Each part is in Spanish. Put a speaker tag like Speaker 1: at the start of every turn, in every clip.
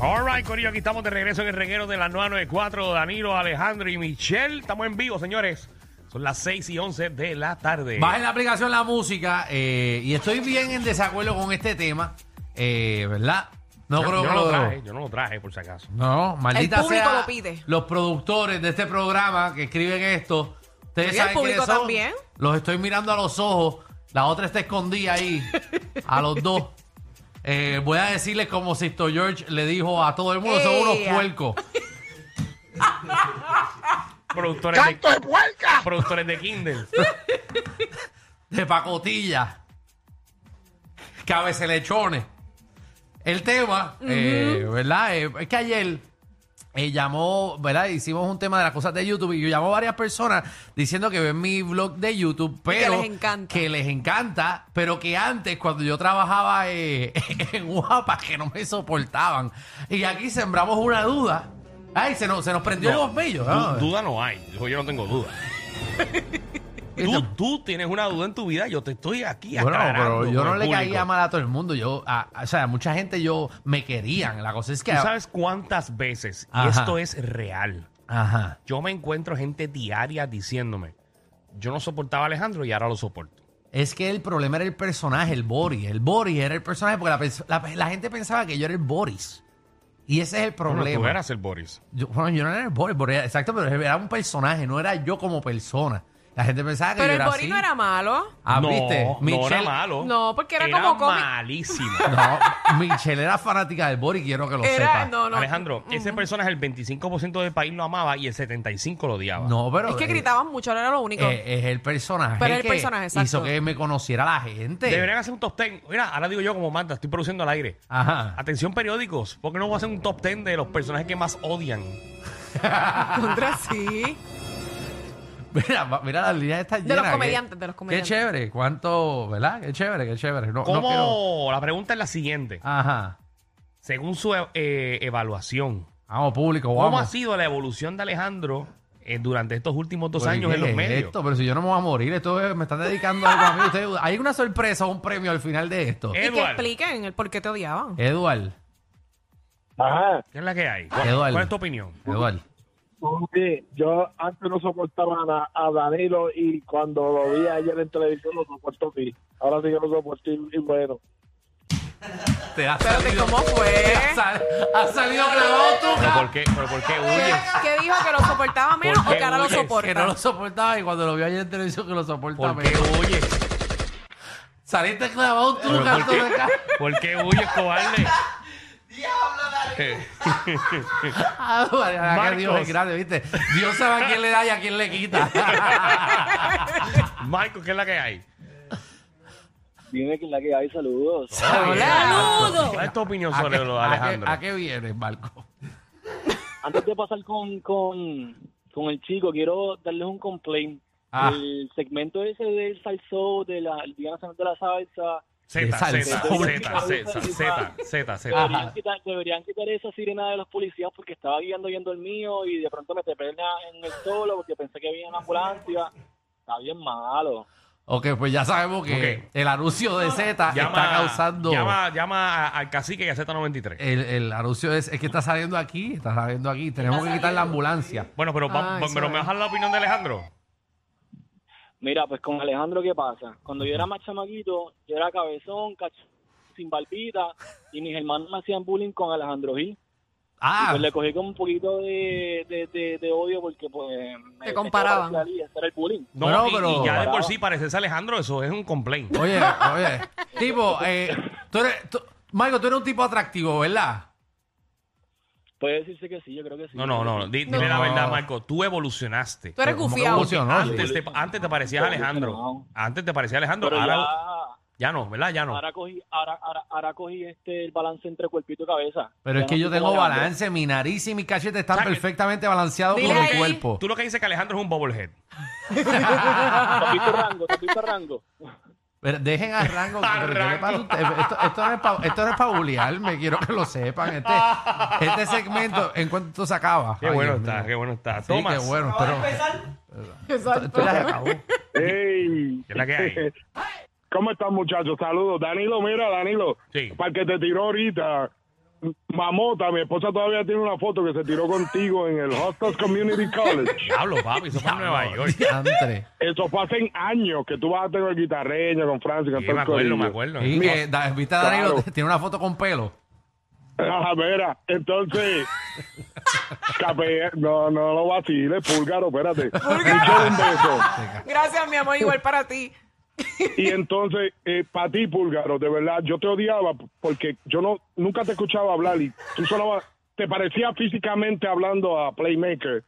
Speaker 1: All right, Corillo, aquí estamos de regreso en el reguero de la 994. Danilo, Alejandro y Michelle. Estamos en vivo, señores. Son las 6 y 11 de la tarde.
Speaker 2: Bajen la aplicación La Música eh, y estoy bien en desacuerdo con este tema, eh, ¿verdad? No
Speaker 1: yo,
Speaker 2: creo
Speaker 1: yo
Speaker 2: que
Speaker 1: no lo
Speaker 2: lo...
Speaker 1: traje, yo no lo traje, por si acaso.
Speaker 2: No, maldita
Speaker 3: El público
Speaker 2: sea
Speaker 3: lo pide.
Speaker 2: los productores de este programa que escriben esto. Ustedes
Speaker 3: Y el
Speaker 2: saben quiénes
Speaker 3: público
Speaker 2: son.
Speaker 3: también.
Speaker 2: Los estoy mirando a los ojos. La otra está escondida ahí, a los dos. Eh, voy a decirles como Sisto George le dijo a todo el mundo, son unos
Speaker 3: Ea.
Speaker 2: puercos.
Speaker 1: Productores de, productores de Kindle.
Speaker 2: de pacotilla, cabecelechones. El tema, eh, ¿verdad? Eh, es que ayer eh, llamó, ¿verdad? Hicimos un tema de las cosas de YouTube y yo llamó a varias personas diciendo que ven mi blog de YouTube, pero
Speaker 3: les encanta.
Speaker 2: que les encanta, pero que antes cuando yo trabajaba eh, en Guapa que no me soportaban. Y aquí sembramos una duda. Ay, se nos, se nos prendió
Speaker 1: No,
Speaker 2: los bellos.
Speaker 1: Du- duda no hay. Yo, yo no tengo duda. tú, tú tienes una duda en tu vida. Yo te estoy aquí
Speaker 2: Bueno,
Speaker 1: aclarando
Speaker 2: pero yo
Speaker 1: con
Speaker 2: no
Speaker 1: el
Speaker 2: le
Speaker 1: público.
Speaker 2: caía mal a todo el mundo. Yo, a- a- o sea, mucha gente yo me querían. La cosa es que.
Speaker 1: ¿Tú sabes cuántas veces? Y
Speaker 2: Ajá.
Speaker 1: esto es real.
Speaker 2: Ajá.
Speaker 1: Yo me encuentro gente diaria diciéndome, yo no soportaba a Alejandro y ahora lo soporto.
Speaker 2: Es que el problema era el personaje, el Boris. El Boris era el personaje porque la, pers- la- la gente pensaba que yo era el Boris. Y ese es el
Speaker 1: Bueno,
Speaker 2: problema.
Speaker 1: tú eras el Boris.
Speaker 2: Yo, bueno, yo no era el Boris, Boris era- exacto, pero era un personaje, no era yo como persona. La gente pensaba que
Speaker 3: Pero
Speaker 2: yo
Speaker 3: el
Speaker 2: era
Speaker 3: Boris
Speaker 2: así.
Speaker 3: no era malo.
Speaker 2: Ah,
Speaker 1: no,
Speaker 2: ¿viste?
Speaker 1: no era
Speaker 2: Michelle-
Speaker 1: malo.
Speaker 3: No, porque era como cómic.
Speaker 1: malísimo.
Speaker 2: No, Michelle era fanática del Boris, quiero que lo
Speaker 3: Era,
Speaker 2: sepa.
Speaker 3: no, no.
Speaker 1: Alejandro, ese personaje el 25% del país lo amaba y el 75% lo odiaba.
Speaker 2: No, pero.
Speaker 3: Es que
Speaker 2: eh,
Speaker 3: gritaban mucho, era lo único.
Speaker 2: Eh, es el personaje.
Speaker 3: Pero el
Speaker 2: que
Speaker 3: personaje, exacto.
Speaker 2: Hizo que me conociera la gente.
Speaker 1: Deberían hacer un top 10. Mira, ahora digo yo como manda, estoy produciendo al aire.
Speaker 2: Ajá.
Speaker 1: Atención periódicos, porque no voy a hacer un top 10 de los personajes que más odian.
Speaker 3: Contra sí.
Speaker 2: Mira, va- mira las líneas están
Speaker 3: De
Speaker 2: llenas.
Speaker 3: los
Speaker 2: qué-
Speaker 3: comediantes, de los comediantes.
Speaker 2: Qué chévere. Cuánto, ¿verdad? Qué chévere, qué chévere. No, no
Speaker 1: ¿Cómo?
Speaker 2: quiero-
Speaker 1: La pregunta es la siguiente.
Speaker 2: Ajá.
Speaker 1: Según su eh, evaluación,
Speaker 2: Vamos, público, vamos.
Speaker 1: ¿cómo ha sido la evolución de Alejandro eh, durante estos últimos dos
Speaker 2: Pero,
Speaker 1: años
Speaker 2: ¿qué
Speaker 1: en los
Speaker 2: es
Speaker 1: medios?
Speaker 2: Pues Esto? Pero si yo no me voy a morir, esto es- me están dedicando algo a mí. Ustedes- hay una sorpresa o un premio al final de esto.
Speaker 1: Eh.
Speaker 3: Y que
Speaker 1: Edward.
Speaker 3: expliquen el por qué te odiaban.
Speaker 2: Eduard,
Speaker 4: Ajá,
Speaker 1: ¿Qué es la que hay? ¿Cuál,
Speaker 2: Eduardo.
Speaker 1: cuál es tu opinión?
Speaker 2: Eduard.
Speaker 4: sí, yo antes no soportaba a, Da- a Danilo y cuando lo vi ayer en televisión lo soporto sí. Ahora sí que lo soporto y, y bueno.
Speaker 2: Te has
Speaker 3: Pero que cómo fue.
Speaker 2: Has salido clavado
Speaker 3: Ah.
Speaker 2: tú,
Speaker 1: ¿Pero
Speaker 2: cabrón.
Speaker 1: por qué, pero por qué
Speaker 3: ¿Qué,
Speaker 1: huyes?
Speaker 3: qué dijo? ¿Que lo soportaba menos o
Speaker 1: qué
Speaker 3: que ahora lo
Speaker 1: huyes?
Speaker 2: Que no
Speaker 3: soporta?
Speaker 2: lo soportaba y cuando lo vio ayer en televisión que lo soportaba.
Speaker 1: ¿Por qué huyes?
Speaker 2: Saliste clavado tú,
Speaker 1: ¿Pero por,
Speaker 2: gato
Speaker 1: qué,
Speaker 2: de ca-
Speaker 1: ¿Por qué huyes, cobarde? Eh,
Speaker 2: Ah, vale, vale,
Speaker 1: Marcos.
Speaker 2: que Dios es grande, ¿viste? Dios sabe a quién le da y a quién le quita.
Speaker 1: Michael, ¿qué es la que hay?
Speaker 4: Dime que la que hay, saludos.
Speaker 3: ¡Saludos!
Speaker 1: ¿Cuál es tu opinión
Speaker 2: ¿A qué,
Speaker 1: sobre lo de
Speaker 2: a qué-
Speaker 1: Alejandro?
Speaker 2: a qué vienes, Marco?
Speaker 5: Antes de pasar con, con, con el chico, quiero darles un complaint.
Speaker 2: Ah.
Speaker 5: El segmento ese del salsó, de la el Día Nacional de la Salsa,
Speaker 1: Z,
Speaker 2: Esa
Speaker 1: Z,
Speaker 2: salsa.
Speaker 1: Z, Z, Z, Z,
Speaker 5: deberían
Speaker 1: Z.
Speaker 5: quitar, deberían quitar esa sirena de los policías porque estaba guiando yendo el mío y de pronto me te en el solo porque pensé que venía una ambulancia. Está bien malo.
Speaker 2: Ok, pues ya sabemos que
Speaker 1: Ok.
Speaker 2: el anuncio de Z está causando.
Speaker 1: Llama, llama a- al cacique y a Z93.
Speaker 2: El, el anuncio es, es que está saliendo aquí, está saliendo aquí. Tenemos que quitar la ambulancia.
Speaker 1: Bueno, pero, va-
Speaker 3: Ah,
Speaker 1: va-
Speaker 3: eso
Speaker 1: pero me
Speaker 3: es.
Speaker 1: vas a dar la opinión de Alejandro.
Speaker 5: Mira, pues con Alejandro, ¿qué pasa? Cuando yo era más chamaquito, yo era cabezón, cach- sin barbita y mis hermanos me hacían bullying con Alejandro Gil. Y,
Speaker 2: Ah,
Speaker 5: pues le cogí como un poquito de, de, de- de odio porque pues me
Speaker 3: Te comparaban.
Speaker 5: me parecía a Lee, ese era el bullying.
Speaker 1: No,
Speaker 2: Bueno,
Speaker 1: y-
Speaker 2: pero-
Speaker 1: y ya de por sí pareces a Alejandro, eso es un complaint.
Speaker 2: oye, oye. tipo, eh, tú eres. tú- Marco, tú eres un tipo atractivo, ¿verdad?
Speaker 5: Puede decirse que sí, yo creo que sí.
Speaker 1: No, no, no. di- Dile
Speaker 2: No.
Speaker 1: la verdad, Marco. Tú evolucionaste.
Speaker 3: Tú eres
Speaker 2: Como que
Speaker 3: gufiado.
Speaker 2: evolucionó,
Speaker 1: Antes
Speaker 2: sí.
Speaker 1: te, antes te parecías a Alejandro. Antes te parecía a Alejandro.
Speaker 5: Pero ya,
Speaker 1: Ahora ya no, ¿verdad? Ya no.
Speaker 5: ahora cogí, ahora, ahora, ahora cogí este el balance entre cuerpito y cabeza.
Speaker 2: Pero
Speaker 5: Ya
Speaker 2: es que
Speaker 5: no
Speaker 2: yo
Speaker 5: estoy
Speaker 2: tengo
Speaker 5: como Alejandro.
Speaker 2: balance, mi nariz y mi cachete
Speaker 1: O
Speaker 2: están
Speaker 1: sea, que-
Speaker 2: perfectamente balanceados con
Speaker 3: Dile
Speaker 2: mi
Speaker 3: ahí.
Speaker 2: cuerpo.
Speaker 1: Tú lo que dices es que Alejandro es un bobblehead.
Speaker 5: ¿Te has visto rango? ¿Te has visto rango?
Speaker 2: Pero dejen a Rango.
Speaker 1: A
Speaker 2: pero ¿qué le pasa a usted? Esto, esto no es pa- esto no es para bulearme, quiero que lo sepan. Este, este segmento, en cuanto esto se acaba.
Speaker 1: Qué
Speaker 2: Ay,
Speaker 1: bueno
Speaker 2: Dios
Speaker 1: está,
Speaker 2: mío.
Speaker 1: qué bueno está.
Speaker 2: Sí,
Speaker 1: Tomás,
Speaker 2: qué bueno. Pero, esto
Speaker 3: Exacto.
Speaker 2: ya se acabó.
Speaker 4: ¡Ey!
Speaker 1: ¿qué es la que hay?
Speaker 4: ¿Cómo están, muchachos? Saludos. Danilo, mira, Danilo.
Speaker 1: Sí.
Speaker 4: Para el que te tiró ahorita, Mamota, mi esposa todavía tiene una foto que se tiró contigo en el Hostas Community College.
Speaker 1: Diablo, papi, eso fue en Nueva York. Sí,
Speaker 2: Diantre.
Speaker 4: Eso fue hace años que tú vas a tener guitarreña con Francis. con todo el
Speaker 1: me acuerdo, me
Speaker 4: corillo.
Speaker 1: acuerdo.
Speaker 2: Y que da- viste a Danilo,
Speaker 4: Claro.
Speaker 2: tiene una foto con pelo.
Speaker 4: Ah, mira, entonces, Cape- no, no lo vaciles, púlgaro, espérate. Michelle, un beso.
Speaker 3: Gracias, mi amor, igual para ti.
Speaker 4: Y entonces, eh, para ti, Púlgaro, de verdad, yo te odiaba porque yo no nunca te escuchaba hablar y tú sonabas, te parecía físicamente hablando a Playmaker.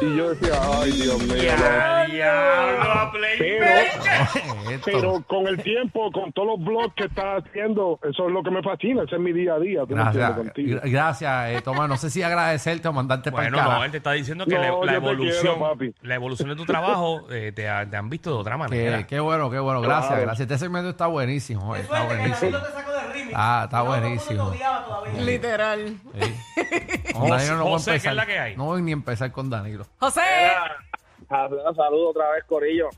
Speaker 4: Y yo decía, ay, Dios mío. no".
Speaker 1: Ya, diablo, a Play.
Speaker 4: Pero,
Speaker 2: Esto.
Speaker 4: pero con el tiempo, con todos los blogs que estás haciendo, eso es lo que me fascina, ese es mi día a día. ¿tú me
Speaker 2: Gracias,
Speaker 4: entiendes? Contigo.
Speaker 2: gra- gracias eh, Tomás. No sé si agradecerte o mandarte
Speaker 1: Bueno,
Speaker 2: para
Speaker 1: no, él te está diciendo que
Speaker 4: No,
Speaker 1: la-
Speaker 4: yo
Speaker 1: la
Speaker 4: te
Speaker 1: evolución
Speaker 4: quiero, papi.
Speaker 1: la evolución de tu trabajo eh, te, ha- te han visto de otra manera.
Speaker 2: Qué, qué bueno, qué bueno. Gracias,
Speaker 4: Claro.
Speaker 2: gracias. Este segmento está buenísimo. joder, Está
Speaker 6: Suerte que
Speaker 2: buenísimo.
Speaker 6: Danilo te sacó del remix.
Speaker 2: Ah, está
Speaker 6: Si no, todo el mundo
Speaker 2: buenísimo.
Speaker 6: te odiaba todavía.
Speaker 3: Literal.
Speaker 2: Sí. Con Danilo no voy a
Speaker 1: José, ¿qué es
Speaker 2: empezar.
Speaker 1: la que hay?
Speaker 2: No voy ni a empezar con Danilo.
Speaker 3: José,
Speaker 4: Saludos otra vez, Corillo.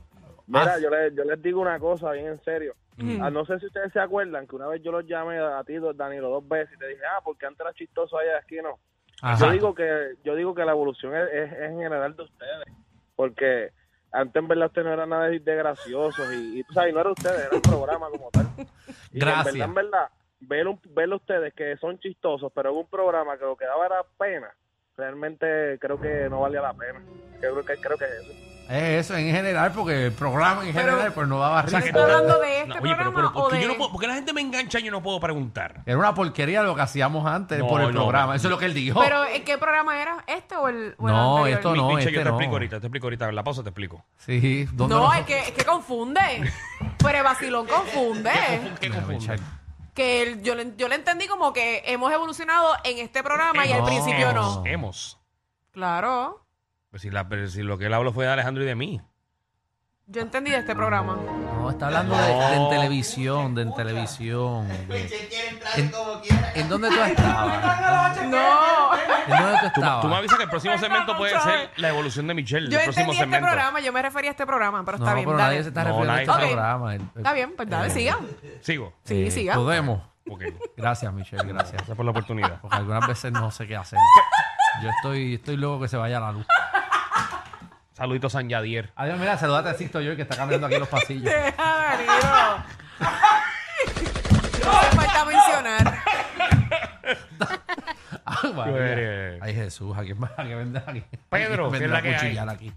Speaker 2: Mira,
Speaker 4: yo les, yo les digo una cosa bien en serio. Ah, no sé si ustedes se acuerdan que una vez yo los llamé a ti, Danilo, dos veces y te dije, ah, porque antes era chistoso allá aquí, no. Yo
Speaker 2: Ajá.
Speaker 4: digo que yo digo que la evolución es, es, es en general de ustedes, porque antes en verdad ustedes no eran nada de, de graciosos y, y tú sabes, no era ustedes, era el programa como tal. Y
Speaker 2: Gracias.
Speaker 4: En verdad, en verdad, ver, un- ver a ustedes que son chistosos, pero en un programa que lo que daba era pena, realmente creo que no valía la pena. Yo creo que creo que es eso.
Speaker 2: Es eso en general, porque el programa en
Speaker 3: Pero-
Speaker 2: general pues no daba
Speaker 1: O sea,
Speaker 2: risa.
Speaker 1: que
Speaker 3: ¿Estás
Speaker 1: tú-
Speaker 3: hablando de este
Speaker 1: No,
Speaker 3: programa
Speaker 1: ¿por
Speaker 3: o
Speaker 1: qué
Speaker 3: de-
Speaker 1: yo no puedo- por qué la gente me engancha y yo no puedo preguntar?
Speaker 2: Era una porquería lo que hacíamos antes
Speaker 1: No,
Speaker 2: por el
Speaker 1: no,
Speaker 2: programa.
Speaker 1: no.
Speaker 2: Eso es lo que él dijo.
Speaker 3: pero ¿en ¿qué programa era? ¿Este o el, o el
Speaker 2: No,
Speaker 3: anterior?
Speaker 2: esto No,
Speaker 1: Michelle,
Speaker 2: este
Speaker 1: yo te
Speaker 2: no.
Speaker 1: explico ahorita, te explico ahorita. En la pausa te explico.
Speaker 2: Sí, ¿dónde
Speaker 3: No,
Speaker 2: nos-
Speaker 3: es que, es que confunde. Pero el vacilón confunde.
Speaker 1: ¿Qué
Speaker 2: Mira,
Speaker 1: confunde?
Speaker 2: Michelle.
Speaker 3: Que el- yo, le- yo le entendí como que hemos evolucionado en este programa y al
Speaker 2: No.
Speaker 3: principio no.
Speaker 1: Hemos.
Speaker 3: Claro.
Speaker 1: Pues si, la- pero si lo que él habló fue de Alejandro y de mí.
Speaker 3: Yo entendí de este programa.
Speaker 2: No, está hablando de, de en televisión, de en televisión.
Speaker 6: Michelle quiere entrar como quiera.
Speaker 2: ¿En dónde tú estabas?
Speaker 3: No.
Speaker 2: ¿En dónde tú
Speaker 1: Tú,
Speaker 2: estabas?
Speaker 1: tú me avisas que el próximo segmento
Speaker 3: Perdón,
Speaker 1: puede
Speaker 3: Michelle.
Speaker 1: ser la evolución de Michelle.
Speaker 3: Yo
Speaker 1: el próximo
Speaker 3: entendí este
Speaker 1: segmento.
Speaker 3: programa, yo me refería a este programa, pero
Speaker 2: No,
Speaker 3: está bien.
Speaker 2: pero
Speaker 3: dale.
Speaker 2: nadie se está
Speaker 1: No,
Speaker 2: refiriendo a este
Speaker 1: nadie.
Speaker 3: Ok.
Speaker 2: programa. El- el-
Speaker 3: Está bien, pues dale,
Speaker 2: eh,
Speaker 3: siga.
Speaker 1: Sigo.
Speaker 3: Sí,
Speaker 2: eh,
Speaker 3: siga.
Speaker 2: Podemos.
Speaker 1: Ok.
Speaker 2: Gracias, Michelle, gracias.
Speaker 1: Gracias por la oportunidad.
Speaker 2: Porque algunas veces no sé qué hacer. Yo estoy, estoy loco que se vaya la luz.
Speaker 1: Saludito a San Yadier.
Speaker 2: Adiós, mira, saludate a Sixto Joy que está caminando aquí en los pasillos.
Speaker 3: Deja, Danilo. No me falta mencionar.
Speaker 2: Ay, María.
Speaker 1: Tú eres-
Speaker 2: Ah, Ay, Jesús, ¿a quién, más? ¿A quién vendrá aquí?
Speaker 1: Pedro,
Speaker 2: ¿Quién
Speaker 1: ¿qué es la
Speaker 2: vendrá a
Speaker 1: que hay?
Speaker 2: cuchillar aquí?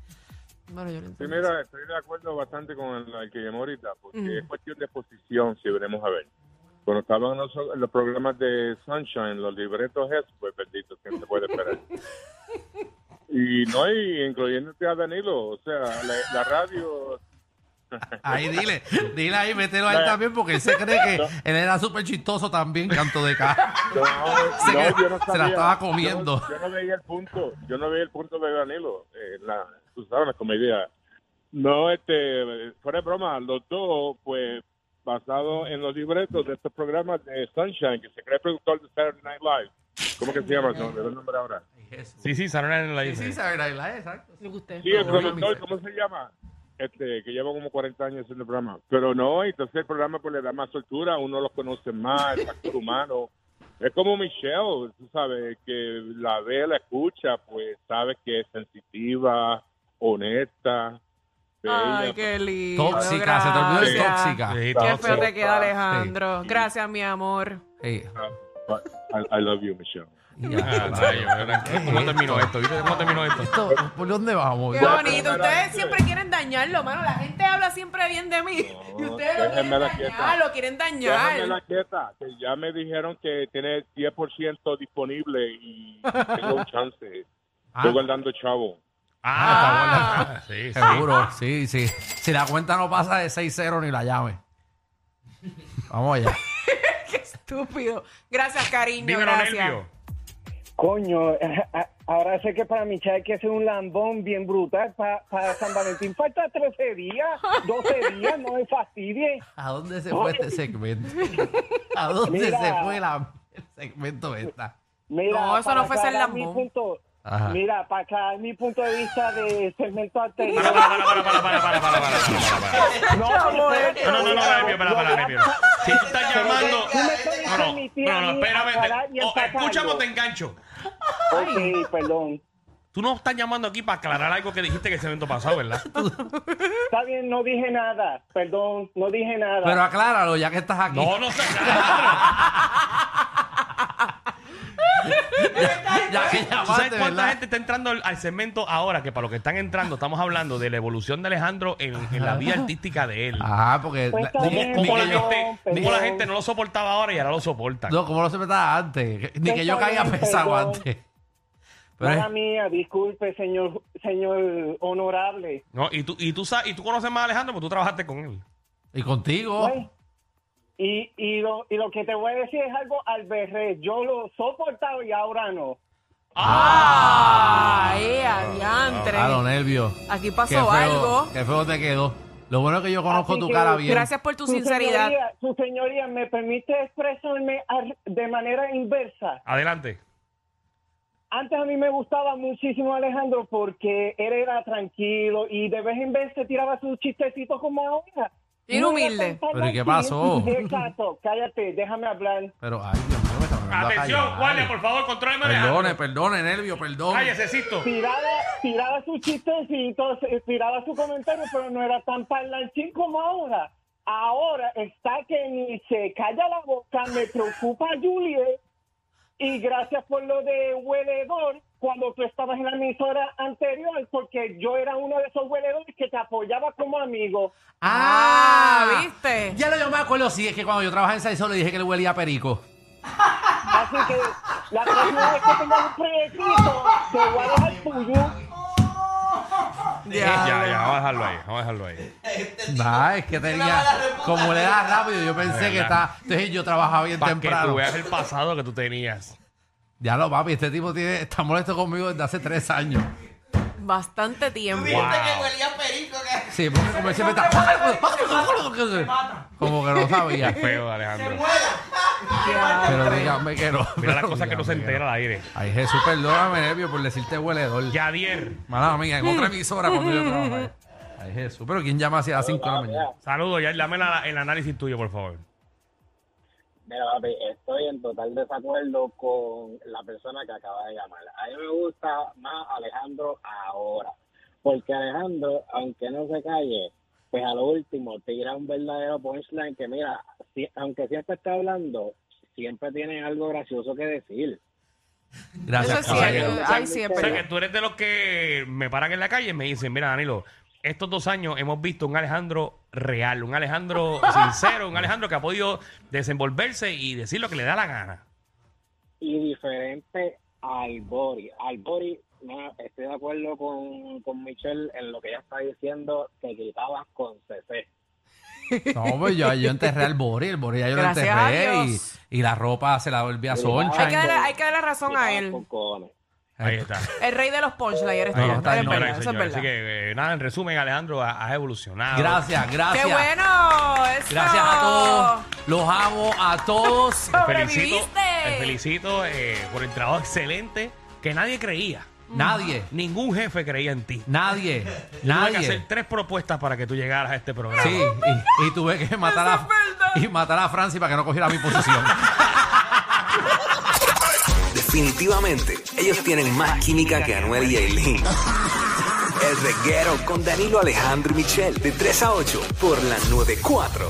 Speaker 3: Bueno, yo lo entendí.
Speaker 4: estoy de acuerdo bastante con el, que llamó ahorita, porque es cuestión de posición, si veremos a ver. Cuando estaban en los programas de Sunshine, los libretos, pues bendito, siempre puede esperar. Y no, y incluyéndote a Danilo, o sea, la, la radio.
Speaker 2: Ahí dile, dile ahí, mételo a él también porque él se cree que él era súper chistoso también, canto de cara.
Speaker 4: No,
Speaker 2: Se
Speaker 4: no,
Speaker 2: quedó-
Speaker 4: yo no
Speaker 2: se la
Speaker 4: sabía.
Speaker 2: estaba comiendo.
Speaker 4: Yo, yo no veía el punto, yo no veía el punto de Danilo, eh, la, tú sabes, la comedia. No, este, fuera de broma, los dos, pues, basados en los libretos de estos programas de Sunshine, que se cree productor de Saturday Night Live. ¿Cómo que se llama? No, me da el nombre ahora.
Speaker 1: Sí, sí, Sarona en la
Speaker 2: Sí,
Speaker 1: dice.
Speaker 2: sí, sabe bailar, exacto.
Speaker 3: Lo que usted-
Speaker 4: Sí, el productor, ¿cómo se llama? Este, que lleva como 40 años en el programa. Pero no, entonces el programa pues le da más soltura, uno los conoce más, el factor humano. Es como Michelle, tú sabes, que la ve, la escucha, pues sabe que es sensitiva, honesta.
Speaker 3: Ay,
Speaker 4: bella.
Speaker 3: qué lindo.
Speaker 2: Tóxica, se te olvidó el
Speaker 3: gracias.
Speaker 2: tóxica.
Speaker 1: Sí,
Speaker 3: Qué
Speaker 1: todo-
Speaker 3: feo te queda,
Speaker 4: Sí.
Speaker 3: Alejandro. Gracias, mi amor.
Speaker 2: Ey,
Speaker 4: But I, I love you, Michelle.
Speaker 1: Ah,
Speaker 2: ya,
Speaker 1: rayo, ¿verdad?
Speaker 2: ¿Qué es
Speaker 1: ¿Cómo
Speaker 2: esto?
Speaker 1: terminó esto? ¿Viste cómo terminó esto?
Speaker 2: Esto, ¿Por dónde vamos?
Speaker 3: Qué
Speaker 2: Ya.
Speaker 3: bonito. Ustedes siempre quieren dañarlo, mano. La gente habla siempre bien de mí.
Speaker 4: No,
Speaker 3: Y ustedes lo quieren
Speaker 4: déjenmela
Speaker 3: dañar,
Speaker 4: quieta.
Speaker 3: lo quieren
Speaker 4: Déjame la
Speaker 3: dañar.
Speaker 4: quieta, que ya me dijeron que tiene 10% disponible y tengo un chance.
Speaker 2: Ah.
Speaker 4: Estoy guardando chavo.
Speaker 1: Ah, está bueno. Sí, sí.
Speaker 2: Seguro, sí, sí. Si la cuenta no pasa de 6-0 ni la llave. Vamos allá.
Speaker 3: Qué estúpido. Gracias, cariño.
Speaker 1: Dímelo,
Speaker 3: gracias.
Speaker 1: Nervio.
Speaker 7: Coño, ahora sé que para Michelle hay que hacer un lambón bien brutal. Pa- para San Valentín falta 13 días, 12 días, no me fastidie.
Speaker 2: ¿A dónde se fue este segmento? ¿A dónde
Speaker 7: Oh. Mira.
Speaker 2: se fue la, el segmento esta?
Speaker 7: Mira,
Speaker 3: No, eso
Speaker 7: para
Speaker 3: no fue ser
Speaker 7: aclarar mi
Speaker 3: lambón.
Speaker 7: punto,
Speaker 2: Ajá.
Speaker 7: Mira, para acá mi punto de vista de segmento anterior.
Speaker 1: Para, para, para, para, para, para, para, para, para, para, para.
Speaker 7: No,
Speaker 3: eh.
Speaker 7: espérate,
Speaker 1: No, no, no, no,
Speaker 7: cuidado,
Speaker 1: Remio, para, para,
Speaker 7: yo-
Speaker 1: Remio. Si tú estás llamando.
Speaker 7: Tú me estás
Speaker 1: No, no,
Speaker 7: permitiendo
Speaker 1: no,
Speaker 7: a
Speaker 1: no,
Speaker 7: mí
Speaker 1: espérame.
Speaker 7: aclarar y
Speaker 1: te- o-
Speaker 7: empatarlo.
Speaker 1: Escúchame o te engancho.
Speaker 7: Ok, perdón.
Speaker 1: Tú no estás llamando aquí para aclarar algo que dijiste en el evento pasado, ¿verdad?
Speaker 7: Está bien, no dije nada. Perdón, no dije nada.
Speaker 2: Pero acláralo, ya que estás aquí.
Speaker 1: No, no sé.
Speaker 2: ya que
Speaker 1: ¿Tú
Speaker 2: llamaste,
Speaker 1: sabes cuánta
Speaker 2: ¿verdad?
Speaker 1: gente está entrando al, al segmento ahora? Que para los que están entrando, estamos hablando de la evolución de Alejandro en, en la vida artística de él.
Speaker 2: Ajá, porque...
Speaker 7: Pues
Speaker 2: la-
Speaker 7: está
Speaker 2: ni-
Speaker 7: bien,
Speaker 2: ni
Speaker 1: ¿Cómo,
Speaker 2: que
Speaker 1: la
Speaker 2: yo-
Speaker 1: gente,
Speaker 7: perdón.
Speaker 1: cómo la gente no lo soportaba ahora y ahora lo soporta?
Speaker 2: No, como no se metaba antes. Ni
Speaker 7: Pues
Speaker 2: que yo
Speaker 7: está
Speaker 2: caiga
Speaker 7: bien,
Speaker 2: pesado
Speaker 7: perdón.
Speaker 2: antes. Pero
Speaker 7: Mala
Speaker 2: es-
Speaker 7: mía, disculpe, señor, señor honorable.
Speaker 1: No, y, tú, y, tú, sa- y tú conoces más a Alejandro porque tú trabajaste con él.
Speaker 2: y contigo.
Speaker 7: Güey, Pues, Y, y, lo, y lo que te voy a decir es algo al berré. Yo lo soportaba y ahora no.
Speaker 2: Ah.
Speaker 1: Ah.
Speaker 3: ¡Ay, adiantre!
Speaker 2: A los nervios.
Speaker 3: Aquí
Speaker 2: Ah, Qué
Speaker 3: pasó
Speaker 2: feo,
Speaker 3: algo.
Speaker 2: Qué feo te quedó. Lo bueno es que yo conozco
Speaker 7: Así
Speaker 2: tu
Speaker 7: que
Speaker 2: cara bien.
Speaker 3: Gracias por tu sinceridad.
Speaker 7: Señoría, su señoría, ¿me permite expresarme al- de manera inversa?
Speaker 1: Adelante.
Speaker 7: Antes a mí me gustaba muchísimo Alejandro porque él era tranquilo y de vez en vez se tiraba sus chistecitos como ahora.
Speaker 3: Y era
Speaker 7: No era
Speaker 3: humilde.
Speaker 7: tan
Speaker 2: Pero, ¿y qué
Speaker 7: tranquilo.
Speaker 2: pasó?
Speaker 7: Exacto, cállate, déjame hablar.
Speaker 2: Pero, ay, Dios mío, me está mandando a
Speaker 1: Atención,
Speaker 2: callar.
Speaker 1: guardia, por favor, contróleme a
Speaker 2: Perdone,
Speaker 1: Alejandro.
Speaker 2: perdone, nervio, perdón.
Speaker 1: Cállese, Sisto.
Speaker 7: Tiraba, tiraba sus chistecitos, eh, tiraba su comentario, pero no era tan parlanchín como ahora. Ahora está que ni se calla la boca, me preocupa Juliet. Y gracias por lo de hueledor, cuando tú estabas en la emisora anterior, porque yo era uno de esos hueledores que te apoyaba como amigo.
Speaker 3: Ah, ¿viste?
Speaker 2: Ya lo yo me acuerdo, sí, es que cuando yo trabajaba en Saizo le dije que le huelía a perico.
Speaker 7: Así que la próxima vez que tengas un proyectito, te voy a dejar tuyo.
Speaker 1: Eh, Ya, ya, vamos a dejarlo ahí. Vamos a dejarlo ahí.
Speaker 2: Nah, es que tenía,
Speaker 6: mala respuesta.
Speaker 2: como le da rápido, yo pensé que
Speaker 1: verdad.
Speaker 2: estaba, entonces yo trabajaba bien
Speaker 1: Para que
Speaker 2: temprano.
Speaker 1: tú veas el pasado que tú tenías.
Speaker 2: Ya lo papi, este tipo tiene, está molesto conmigo desde hace tres años.
Speaker 3: Bastante tiempo.
Speaker 6: Viste
Speaker 1: Wow.
Speaker 6: que huelía perico. Que...
Speaker 2: Sí, porque como él siempre está, como que no sabía.
Speaker 1: Qué feo, Alejandro.
Speaker 2: Pero dígame que no.
Speaker 1: pues, Mira las
Speaker 2: pero
Speaker 1: cosas que no se
Speaker 2: dígame
Speaker 1: entera al aire.
Speaker 2: no. Ay, Jesús, perdóname, nervio, por decirte hueledor.
Speaker 1: Yadier,
Speaker 2: Mala mía, en otra emisora cuando yo trabajaba. Ay, Jesús, pero ¿quién llama así a las 5 de la mañana?
Speaker 1: saludos. Yadier, dame la- el análisis tuyo, por favor.
Speaker 5: Mira, papi, estoy en total desacuerdo con la persona que acaba de llamar. A mí me gusta más Alejandro ahora, porque Alejandro, aunque no se calle, pues a lo último tira un verdadero punchline que mira, si- aunque siempre está hablando, siempre tiene algo gracioso que decir.
Speaker 2: Gracias,
Speaker 3: Eso es
Speaker 2: caballero.
Speaker 3: cierto. Ay, sí, es
Speaker 1: O sea,
Speaker 3: verdad.
Speaker 1: que tú eres de los que me paran en la calle y me dicen, mira, Danilo, estos dos años hemos visto un Alejandro real, un Alejandro sincero, un Alejandro que ha podido desenvolverse y decir lo que le da la gana.
Speaker 5: y diferente al Bori. Al Bori, no, estoy de acuerdo con, con Michelle en lo que ella está diciendo, que gritabas con CC.
Speaker 2: No, pues yo, yo enterré al Bori, el Bori ya yo
Speaker 3: Gracias
Speaker 2: lo
Speaker 3: a
Speaker 2: enterré y,
Speaker 3: Dios.
Speaker 2: y la ropa se la volví a Soncha.
Speaker 3: Hay que, darle, hay que darle razón a
Speaker 5: Gritabas con
Speaker 3: él.
Speaker 5: cojones.
Speaker 1: Ahí está.
Speaker 3: El rey de los punchlines eres tú.
Speaker 2: Ahí
Speaker 1: Ahí
Speaker 2: está,
Speaker 1: está,
Speaker 3: Eres
Speaker 2: no,
Speaker 1: señoras y
Speaker 3: verdad, Eso es
Speaker 1: señores. Así
Speaker 3: verdad.
Speaker 1: que, eh, nada, en resumen, Alejandro, ha- has evolucionado.
Speaker 2: Gracias, gracias.
Speaker 3: ¡Qué bueno! Eso.
Speaker 2: Gracias a todos. Los amo a todos.
Speaker 1: Te felicito,
Speaker 3: ¡Sobreviviste!
Speaker 1: te felicito eh, por el trabajo excelente que nadie creía.
Speaker 2: Nadie,
Speaker 1: Ningún jefe creía en ti.
Speaker 2: nadie,
Speaker 1: Tuve que hacer
Speaker 2: Eh. nadie.
Speaker 1: tres propuestas para que tú llegaras a este programa.
Speaker 2: Sí, y, y tuve que matar
Speaker 3: Eso es
Speaker 2: a,
Speaker 3: verdad.
Speaker 2: y matar a Francis para que no cogiera mi posición.
Speaker 8: Definitivamente, ellos tienen más química que Anuel y Aileen. El reguero con Danilo Alejandro y Michel, de 3 a 8, por la 94.